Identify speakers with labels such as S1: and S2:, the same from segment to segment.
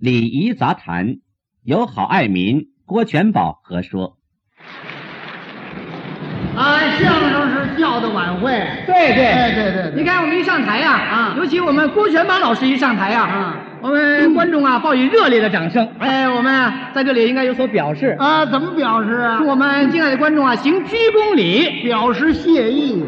S1: 礼仪杂谈，由郝爱民、郭全宝合说。
S2: 啊，相声是叫的晚会，
S3: 对对
S2: 哎对对对
S3: 你看我们一上台呀，
S2: 啊
S3: 尤其我们郭全宝老师一上台呀，
S2: 啊
S3: 我们观众啊报以热烈的掌声。哎，我们啊在这里应该有所表示，
S2: 啊，怎么表示啊
S3: 祝？我们敬爱的观众啊行鞠躬礼。
S2: 表示谢意。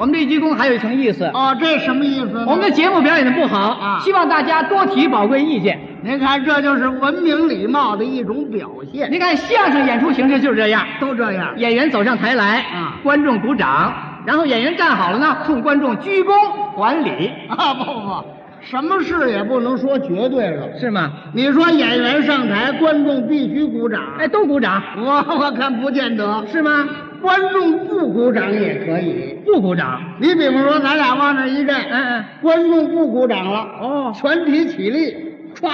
S3: 我们这一鞠躬还有一层意思，
S2: 哦，这什么意思呢？
S3: 我们的节目表演的不好，
S2: 啊
S3: 希望大家多提宝贵意见。
S2: 您看，这就是文明礼貌的一种表现。
S3: 您看相声演出形式就是这样，
S2: 都这样，
S3: 演员走上台来，
S2: 啊
S3: 观众鼓掌，然后演员站好了呢，冲观众鞠躬还礼，
S2: 啊不不，什么事也不能说绝对了。
S3: 是吗？
S2: 你说演员上台，观众必须鼓掌。
S3: 哎，，都鼓掌，
S2: 我我看不见得，
S3: 是吗？
S2: 观众不鼓掌也可以。
S3: 不鼓掌，
S2: 你比方说，咱俩往那一站，哎
S3: 嗯嗯，
S2: 观众不鼓掌了，
S3: 哦
S2: 全体起立，歘，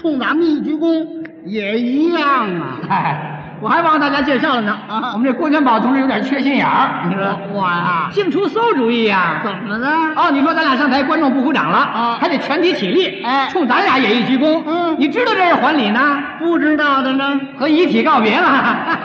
S2: 冲咱们一鞠躬，也一样啊。
S3: 哎，我还忘大家介绍了呢。
S2: 啊
S3: 我们这郭全宝同志有点缺心眼儿，
S2: 你说我呀、
S3: 净出馊主意呀、
S2: 怎么了？
S3: 哦，你说咱俩上台，观众不鼓掌了，
S2: 啊
S3: 还得全体起立，
S2: 哎
S3: 冲咱俩也一鞠躬。
S2: 嗯
S3: 你知道这是还礼呢，
S2: 不知道的呢，
S3: 和遗体告别了。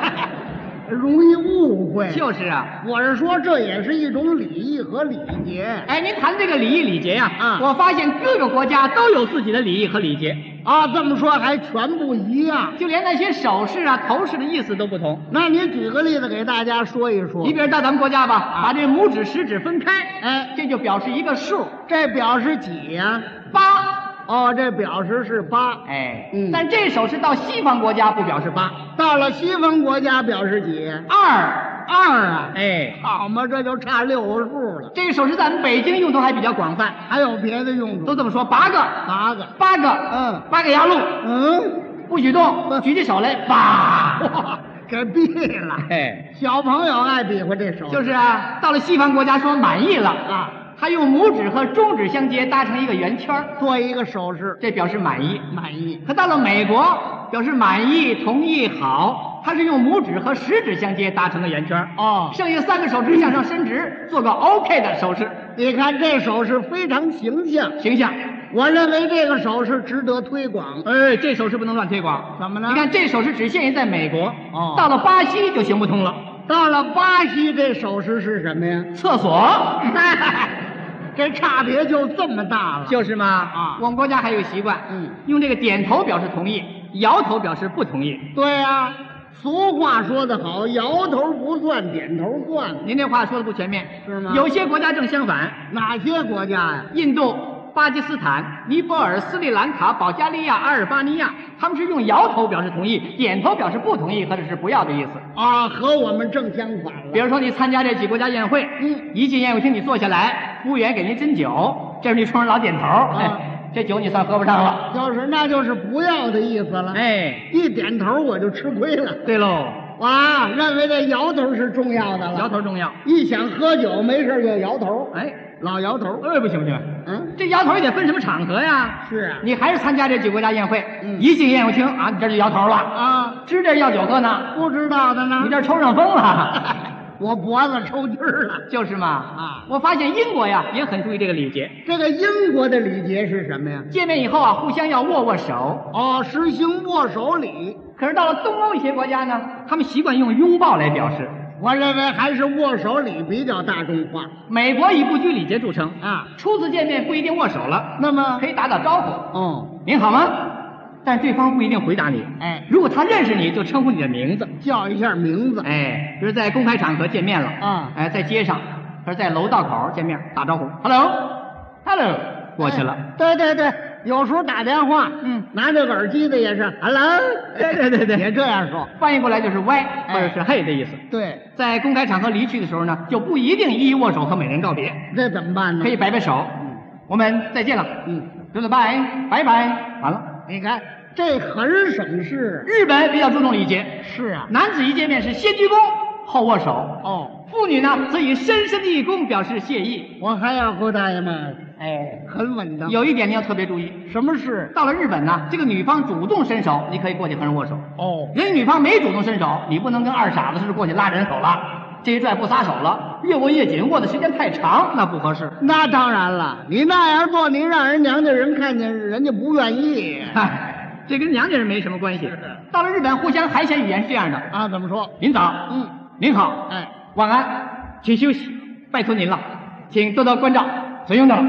S2: 容易误会。
S3: 就是啊，
S2: 我是说，这也是一种礼仪和礼节
S3: 哎，您谈这个礼仪礼节呀、
S2: 啊
S3: 我发现各个国家都有自己的礼仪和礼节，
S2: 啊。这么说还全不一样。
S3: 就连那些首饰啊、头饰的意思都不同。
S2: 那你举个例子给大家说一说
S3: 你。比如到咱们国家吧，把这拇指、食指分开，
S2: 啊哎
S3: 这就表示一个数
S2: 这表示几呀、
S3: 八。
S2: 哦，这表示是八。
S3: 哎，
S2: 嗯
S3: 但这首是到西方国家不表示八，
S2: 到了西方国家表示几？
S3: 二，
S2: 二啊。
S3: 哎，
S2: 好嘛，这就差六个数了。
S3: 这首是在我们北京用途还比较广泛，
S2: 还有别的用
S3: 都
S2: 处？
S3: 这么说，八个，
S2: 八个。
S3: 八个，
S2: 嗯
S3: 八个牙路，
S2: 嗯，
S3: 不许动，
S2: 嗯
S3: 举起手来，八，
S2: 给毙了。
S3: 哎，
S2: 小朋友爱比划这手，
S3: 就是啊，到了西方国家说满意了
S2: 啊，
S3: 他用拇指和中指相接搭成一个圆圈儿，
S2: 做一个手势，
S3: 这表示满意。
S2: 满意。
S3: 可到了美国，表示满意、同意、好，它是用拇指和食指相接搭成的圆圈儿，
S2: 哦
S3: 剩下三个手指向上伸直，做个 OK 的手势，
S2: 你看这手势非常形象，
S3: 形象。
S2: 我认为这个手势值得推广。
S3: 哎，这手势不能乱推广，
S2: 怎么呢
S3: 你看这手势只限于在美国，
S2: 哦
S3: 到了巴西就行不通了。
S2: 到了巴西，这手势是什么呀？
S3: 厕 所，
S2: 这差别就这么大了。
S3: 就是嘛
S2: 啊
S3: 我们国家还有习惯，
S2: 嗯
S3: 用这个点头表示同意，摇头表示不同意。
S2: 对呀、俗话说得好，摇头不算，点头算。
S3: 您这话说的不全面，
S2: 是吗
S3: 有些国家正相反，
S2: 哪些国家呀、
S3: 印度、巴基斯坦、尼泊尔、斯里兰卡、保加利亚、阿尔巴尼亚，他们是用摇头表示同意，点头表示不同意或者是不要的意思。
S2: 啊，和我们正相反了。
S3: 比如说你参加这几国家宴会，
S2: 嗯
S3: 一进宴会厅你坐下来，服务员给您斟酒，这时候你冲人老点头，
S2: 啊
S3: 哎，这酒你算喝不上了。
S2: 就是，那就是不要的意思了。，
S3: 哎，
S2: 一点头我就吃亏了。
S3: 对喽，
S2: 啊，认为这摇头是重要的了。
S3: 摇头重要。
S2: 一想喝酒，没事就摇头，
S3: 哎，
S2: 老摇头。
S3: 哎，不行不行，
S2: 嗯，
S3: 这摇头也得分什么场合呀？
S2: 是啊
S3: 你还是参加这几国家宴会，
S2: 嗯
S3: 一进宴会厅啊，你这就摇头了，
S2: 啊，嗯
S3: 知这要酒喝呢，
S2: 不知道的呢。
S3: 你这抽上风了。
S2: 我脖子抽筋儿了。
S3: 就是嘛，
S2: 啊
S3: 我发现英国呀也很注意这个礼节，
S2: 这个英国的礼节是什么呀？
S3: 见面以后啊互相要握握手。
S2: 哦，实行握手礼。
S3: 可是到了东欧一些国家呢，他们习惯用拥抱来表示。
S2: 我认为还是握手礼比较大众化
S3: 美国以不拘礼节著称，
S2: 啊。
S3: 初次见面不一定握手了，
S2: 那么
S3: 可，以打打招呼，
S2: 哦，
S3: 您好吗？但是对方不一定回答你。
S2: 哎
S3: 如果他认识你，就称呼你的名字。
S2: 叫一下名字。
S3: 哎，比如在公开场合见面了，
S2: 啊
S3: 哎，在街上或者在楼道口见面打招呼，hello，hello，过去了。
S2: 哎对对对，有时候打电话，
S3: 嗯
S2: 拿这个耳机的也是 hello，
S3: 对对对对
S2: 也这样说。
S3: 翻译过来就是歪
S2: 哎
S3: 或者是嘿的意思。
S2: 对，
S3: 在公开场合离去的时候呢，就不一定一一握手和每人告别，
S2: 这怎么办呢？
S3: 可以摆摆手，我们再见了，
S2: 嗯，
S3: 拜拜，拜拜，完了。
S2: 你看这很省事。
S3: 日本比较注重礼节，
S2: 是啊，
S3: 男子一见面是先鞠躬后握手，
S2: 哦，
S3: 妇女呢则以深深的一躬表示谢意。
S2: 我还要胡大爷们，
S3: 哎，
S2: 很稳当。
S3: 有一点你要特别注意，
S2: 什么事？
S3: 到了日本呢，这个女方主动伸手，你可以过去和人握手；
S2: 哦，
S3: 人女方没主动伸手，你不能跟二傻子似的过去拉人手拉，这一拽不撒手了，越握越紧，握的时间太长，那不合适。
S2: 那当然了，你那样做，您让人娘家人看见，人家不愿意。
S3: 嗨，哎这跟娘家人没什么关系。到了日本，互相寒暄语言是这样的：
S2: 啊，怎么说？
S3: 您早，
S2: 嗯，
S3: 您好，
S2: 哎，
S3: 晚安，请休息，拜托您了，请多多关照，随用的了。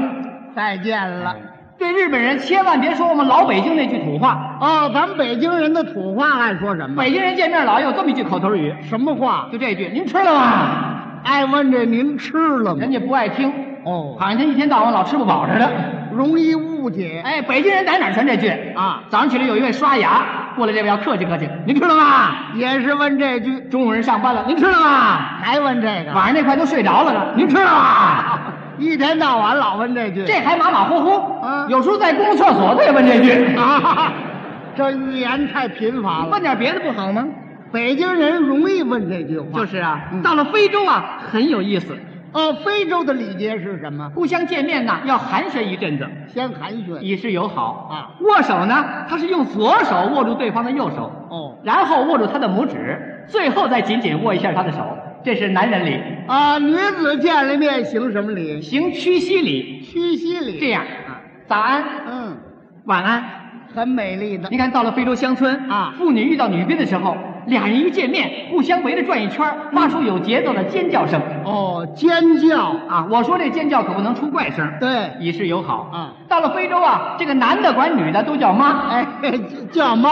S2: 再见了。
S3: 对日本人千万别说我们老北京那句土话，
S2: 哦，咱们北京人的土话爱说什么？
S3: 北京人见面老有这么一句口头语，
S2: 什么话？
S3: 就这一句：“您吃了吗
S2: 爱问这您吃了？”吗
S3: 人？家不爱听，
S2: 哦
S3: 好像他一天到晚老吃不饱似的。
S2: 容易误解。
S3: 哎，北京人在哪儿传这句
S2: 啊
S3: 早上起来有一位刷牙过来，这边要客气客气，您吃了吗？
S2: 也是问这句，
S3: 中午人上班了，您吃了吗？
S2: 还问这个，
S3: 晚上那块都睡着了呢，您吃了 吗？
S2: 一天到晚老问这句。
S3: 这还马马虎虎，
S2: 啊
S3: 有时候在公共厕所他也问这句
S2: 啊， 这语言太贫乏了。
S3: 问点别的不好吗？
S2: 北京人容易问这句话。
S3: 就是啊，
S2: 嗯
S3: 到了非洲啊，很有意思，
S2: 哦，非洲的礼节是什么？
S3: 互相见面呐要寒暄一阵子，
S2: 先寒暄。
S3: 以示友好
S2: 啊。
S3: 握手呢，他是用左手握住对方的右手，
S2: 哦
S3: 然后握住他的拇指，最后再紧紧握一下他的手，这是男人礼。
S2: 啊，女子见了面行什么礼？
S3: 行屈膝礼，
S2: 屈膝礼。
S3: 这样
S2: 啊，
S3: 早安，
S2: 嗯，
S3: 晚安。
S2: 很美丽的
S3: 你。看，到了非洲乡村
S2: 啊
S3: 妇女遇到女兵的时候，俩人一见面，互相围着转一圈，发出有节奏的尖叫声。
S2: 哦，尖叫。
S3: 啊，我说这尖叫可不能出怪声，
S2: 对，
S3: 以示友好。
S2: 啊，
S3: 到了非洲啊，这个男的管女的都叫妈，
S2: 哎，叫妈。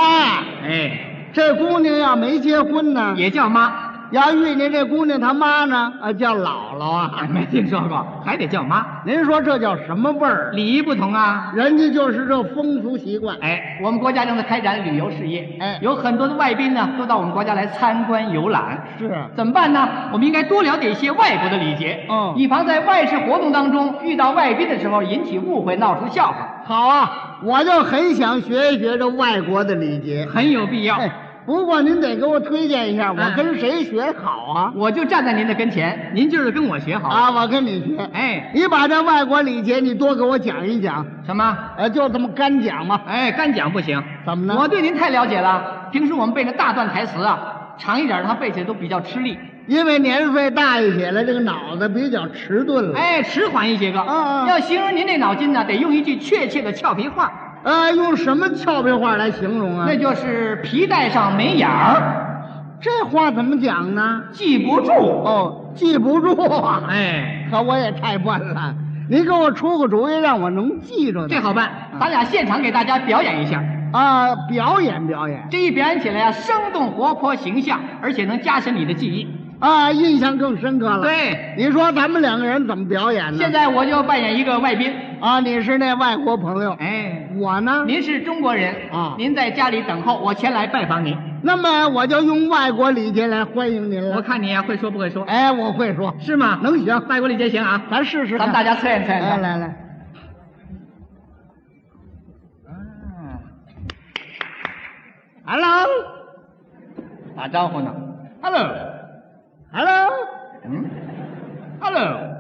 S3: 哎，
S2: 这姑娘要没结婚呢，
S3: 也叫妈。
S2: 要遇见这姑娘她妈呢，啊，叫姥姥
S3: 啊，
S2: 啊。
S3: 没听说过，还得叫妈，
S2: 您说这叫什么辈儿？
S3: 礼仪不同啊。
S2: 人家就是这风俗习惯。
S3: 哎，我们国家正在开展旅游事业，
S2: 哎
S3: 有很多的外宾呢，都到我们国家来参观游览。
S2: 是
S3: 怎么办呢？我们应该多了解一些外国的礼节，
S2: 嗯
S3: 以防在外事活动当中遇到外宾的时候引起误会，闹出笑话，
S2: 好啊，我就很想学一学这外国的礼节。
S3: 很有必要。
S2: 哎，不过您得给我推荐一下，
S3: 嗯
S2: 我跟谁学好啊？
S3: 我就站在您的跟前，您就是跟我学好。
S2: 啊，我跟你学。
S3: 哎，
S2: 你把这外国礼节你多给我讲一讲，
S3: 什么？
S2: 呃，就这么干讲嘛。
S3: 哎，干讲不行，
S2: 怎么呢
S3: 我对您太了解了，平时我们背那大段台词啊，长一点的他背起来都比较吃力，
S2: 因为年岁大一些了，这个脑子比较迟钝了。，
S3: 哎，迟缓一些个。
S2: 嗯嗯
S3: 要形容您这脑筋呢，得用一句确切的俏皮话，
S2: 呃，用什么俏皮话来形容啊？
S3: 那就是皮带上没眼儿，
S2: 这话怎么讲呢？
S3: 记不住。
S2: 哦，记不住啊。
S3: 哎，
S2: 可我也太笨了，您给我出个主意，让我能记住它
S3: 这好办，
S2: 嗯
S3: 咱俩现场给大家表演一下。
S2: 啊、表演表演
S3: 这一表演起来呀、生动活泼、形象，而且能加深你的记忆。
S2: 啊、印象更深刻了。，
S3: 对，
S2: 你说咱们两个人怎么表演呢？
S3: 现在我就扮演一个外宾。
S2: 啊，你是那外国朋友，
S3: 哎，
S2: 我呢？
S3: 您是中国人
S2: 嗯啊
S3: 您在家里等候，我前来拜访您。
S2: 那么我就用外国礼节来欢迎您
S3: 我
S2: 了。
S3: 看你呀、会说不会说？
S2: 哎，我会说，
S3: 是吗？
S2: 能行，
S3: 外国礼节行啊，
S2: 咱试试
S3: 咱
S2: 看。
S3: 们大家测验测验
S2: 来
S3: 看。
S2: 来来，啊
S3: Hello，打招呼呢。Hello，
S2: ，Hello，
S3: 嗯，Hello，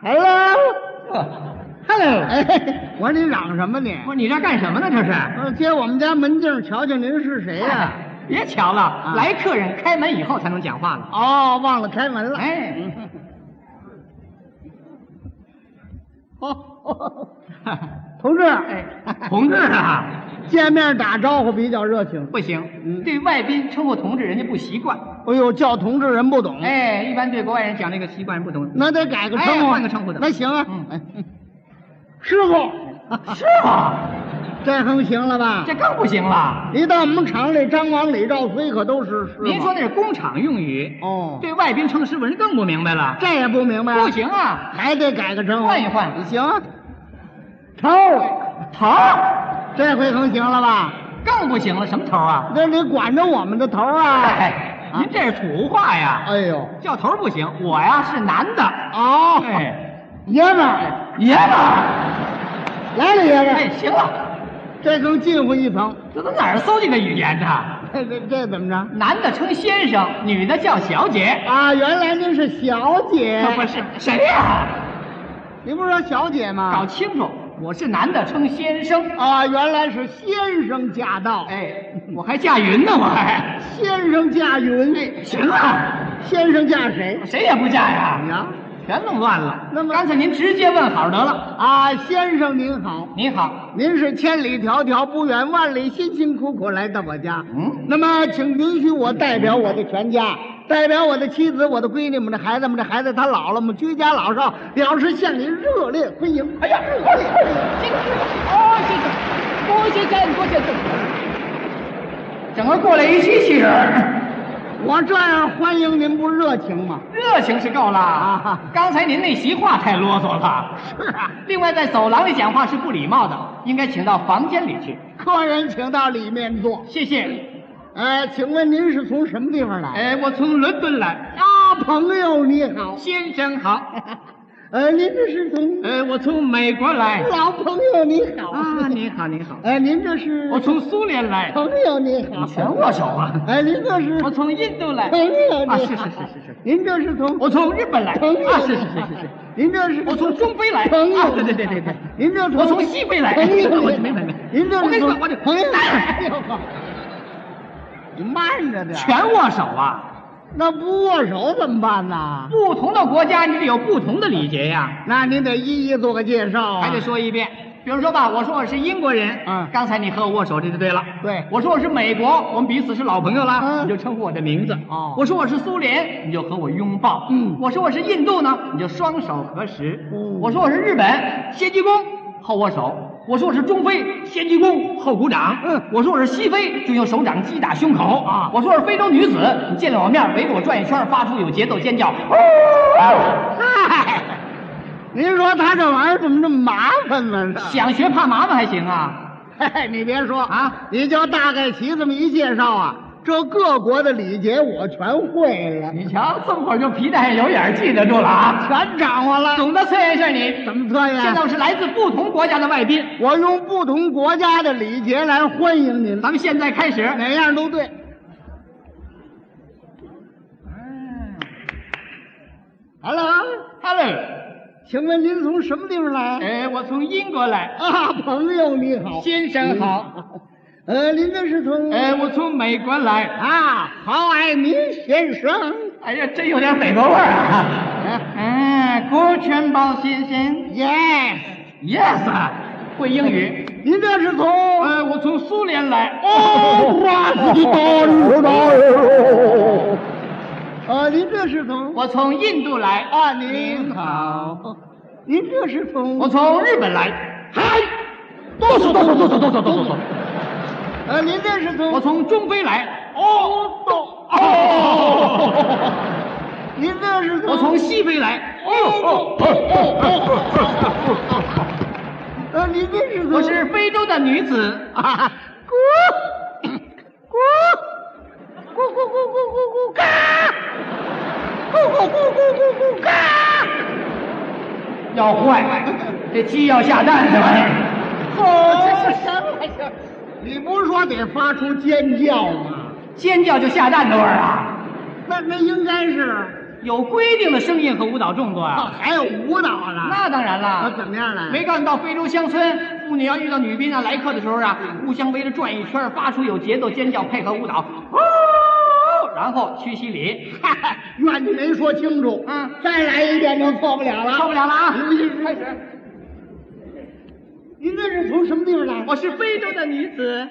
S2: Hello，
S3: Hello，哎，
S2: 哎，我说你嚷什么你？
S3: 不是你这干什么呢？这是？
S2: 我说接我们家门镜，瞧瞧您是谁呀、啊
S3: 哎别瞧了，来客人开门以后才能讲话呢。
S2: 哦，忘了开门了。
S3: 哎，
S2: 哦，
S3: 哈哈
S2: 同志，
S3: 哎，同志啊，
S2: 见面打招呼比较热情。
S3: 不行，
S2: 嗯
S3: 对外宾称呼同志人家不习惯。
S2: 哎呦，叫同志人不懂，
S3: 哎，一般对国外人讲这个习惯不同。
S2: 那得改个称呼，
S3: 哎换个称呼的
S2: 那行啊，
S3: 嗯
S2: 哎师 傅，
S3: 是吗？
S2: 这横行了吧？
S3: 这更不行了。
S2: 一到我们厂里，张王李赵崔可都是师傅。
S3: 您说那是工厂用语，
S2: 哦，
S3: 对外宾称师傅人更不明白了。
S2: 这也不明白，
S3: 不，行啊，
S2: 还得改个称呼，
S3: 换一换
S2: 行啊，头，
S3: 头
S2: 这回横行了吧？
S3: 更不行了，什么头啊？
S2: 那你管着我们的头啊？
S3: 哎，您这是土话呀，
S2: 哎呦，
S3: 叫头不行，我呀是男的。
S2: 哦，
S3: 哎，
S2: 爷们儿，
S3: 爷们儿，
S2: 来了，爷们
S3: 哎，
S2: 儿，
S3: 行了，
S2: 这更近乎一层。
S3: 这都哪儿搜进的语言呢？
S2: 这这这怎么着？
S3: 男的称先生，女的叫小姐，
S2: 啊，原来您是小姐，
S3: 哎不是谁呀、
S2: 你不是说小姐吗？
S3: 啊搞清楚，我是男的，称先生。
S2: 啊，原来是先生驾到，
S3: 哎，我还驾云呢，我还。
S2: 先生驾云，哎
S3: 行了，
S2: 先生驾谁？哎
S3: 谁也不嫁哎呀，
S2: 呀，
S3: 全弄乱了。
S2: 那么
S3: 干脆您直接问好得了。
S2: 啊，先生您好，
S3: 您好，
S2: 您是千里迢迢不远万里，辛辛苦苦来到我家。
S3: 嗯，
S2: 那么，请允许我代表我的全家，代表我的妻子、我的闺女、我们的孩子、我们的孩子他姥姥，我们居家老少，表示向您热烈欢迎。
S3: 哎呀，这个，哦，这个，多谢干，多谢干，整个过来一机器人儿，
S2: 我这样欢迎您不热情吗？
S3: 热情是够了啊
S2: 啊！
S3: 刚才您那席话太啰嗦了。
S2: 是啊，
S3: 另外，在走廊里讲话是不礼貌的，应该请到房间里去。
S2: 客人请到里面坐。
S3: 谢谢。
S2: 呃，请问您是从什么地方来？
S3: 哎，我从伦敦来，
S2: 啊，朋友你好，
S3: 先生 好。
S2: 呃，您这是从
S3: 呃，我从美国来。
S2: 老朋友你好
S3: 啊，你好，你好。
S2: 呃，您这是
S3: 我从苏联来。
S2: 朋友你好，
S3: 握手啊。
S2: 哎，您这是
S3: 我从印度来。
S2: 朋哎友你好，
S3: 啊，是是是是是。
S2: 您这是从
S3: 我从日本来。
S2: 朋友
S3: 啊，是是是是是。
S2: 您这是
S3: 我从中非来。
S2: 朋
S3: 啊
S2: 友，
S3: 对对对对对。
S2: 您这
S3: 我从西北来。啊
S2: 朋友，
S3: 我没没没。
S2: 您这
S3: 我跟你
S2: 是
S3: 说，
S2: 从
S3: 我这
S2: 朋友，
S3: 哎呦
S2: 你慢着点，
S3: 全握手啊！
S2: 那不握手怎么办呢？
S3: 不同的国家，你得有不同的礼节呀。
S2: 那您得一一做个介绍啊，
S3: 还得说一遍。比如说吧，我说我是英国人，
S2: 嗯
S3: 刚才你和我握手，这就对了。
S2: 对
S3: 我说我是美国，我们彼此是老朋友了，
S2: 嗯
S3: 你就称呼我的名字。
S2: 哦
S3: 我说我是苏联，你就和我拥抱。
S2: 嗯
S3: 我说我是印度呢，你就双手合十。
S2: 嗯
S3: 我说我是日本，先鞠躬后握手。我说我是中非，先鞠躬后鼓掌。
S2: 嗯
S3: 我说我是西非，就用手掌击打胸口
S2: 啊
S3: 我说我是非洲女子，你见了我面围着我转一圈，发出有节奏尖叫。
S2: 哦嗨，哎您说他这玩意儿怎么这么麻烦呢？这
S3: 想学怕麻烦还行啊？
S2: 嘿，你别说
S3: 啊，
S2: 你就大概齐这么一介绍啊，这各国的礼节我全会了，
S3: 你瞧，这么会儿就皮带有眼儿记得住了啊！
S2: 全掌握了。
S3: 总的测验一下你，
S2: 怎么测验？
S3: 现在我是来自不同国家的外宾，
S2: 我用不同国家的礼节来欢迎您，
S3: 咱们现在开始。
S2: 哪样都对。Hello，
S3: Hello，
S2: 请问您从什么地方来？
S3: 哎，我从英国来，
S2: 啊，朋友你好，嗯
S3: 先生好，
S2: 呃，您这是从？
S3: 哎，我从美国来，
S2: 啊，郝爱民先生，
S3: 哎呀，真有点美国味儿啊！
S2: 啊
S3: 嗯，郭全宝先生
S2: ，yes，
S3: ，Yes，啊会英语。
S2: 您这是从？
S3: 呃，我从苏联来，
S2: 哦，巴西巴鲁达哟。啊，您这是从？
S3: 我从印度来，
S2: 啊，您好，
S3: 嗯好，
S2: 您这是从？
S3: 我从日本来，嗨，
S2: 哆嗦哆嗦哆嗦哆
S3: 走走走走。
S2: 呃，您这是从？
S3: 我从中非来，
S2: 哦，懂。
S3: 哦，
S2: 您这是从？
S3: 我从西非来，
S2: 哦哦哦哦。呃，您这是从？
S3: 我是非洲的女子，
S2: 啊，咕咕咕咕咕咕咕咕嘎，咕咕咕咕咕咕嘎。
S3: 要坏，这鸡要下蛋，这玩意儿。
S2: 好，什
S3: 哦
S2: 么玩意儿？你不是说得发出尖叫吗？
S3: 尖叫就下蛋的味儿啊！
S2: 那那应该是
S3: 有规定的声音和舞蹈动作
S2: 啊，
S3: 啊。
S2: 还有舞蹈呢。
S3: 那当然
S2: 啊
S3: 啦，
S2: 怎么样呢？
S3: 没告诉你到非洲乡村，妇女要遇到女宾啊来客的时候啊，互相围着转一圈，发出有节奏尖叫，配合舞蹈，哦，然后屈膝礼，
S2: 怨你没说清楚。
S3: 嗯
S2: 再来一遍就啊错不了了。哎
S3: 受不了了啊！
S2: 开始。您这是从什么地方来？
S3: 我是非洲的女子。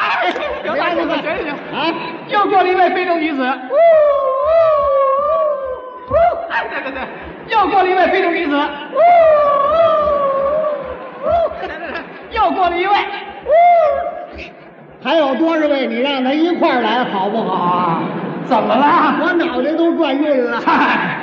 S3: 哎，行了行了行了行了，
S2: 哎，
S3: 又过了一位非洲女子。哎，对对对，又过了一位非洲女子。对对对，又过了一位。
S2: 还有多少位？你让他一块儿来好不好？
S3: 啊，怎么了？
S2: 我脑袋都转晕了。
S3: 嗨，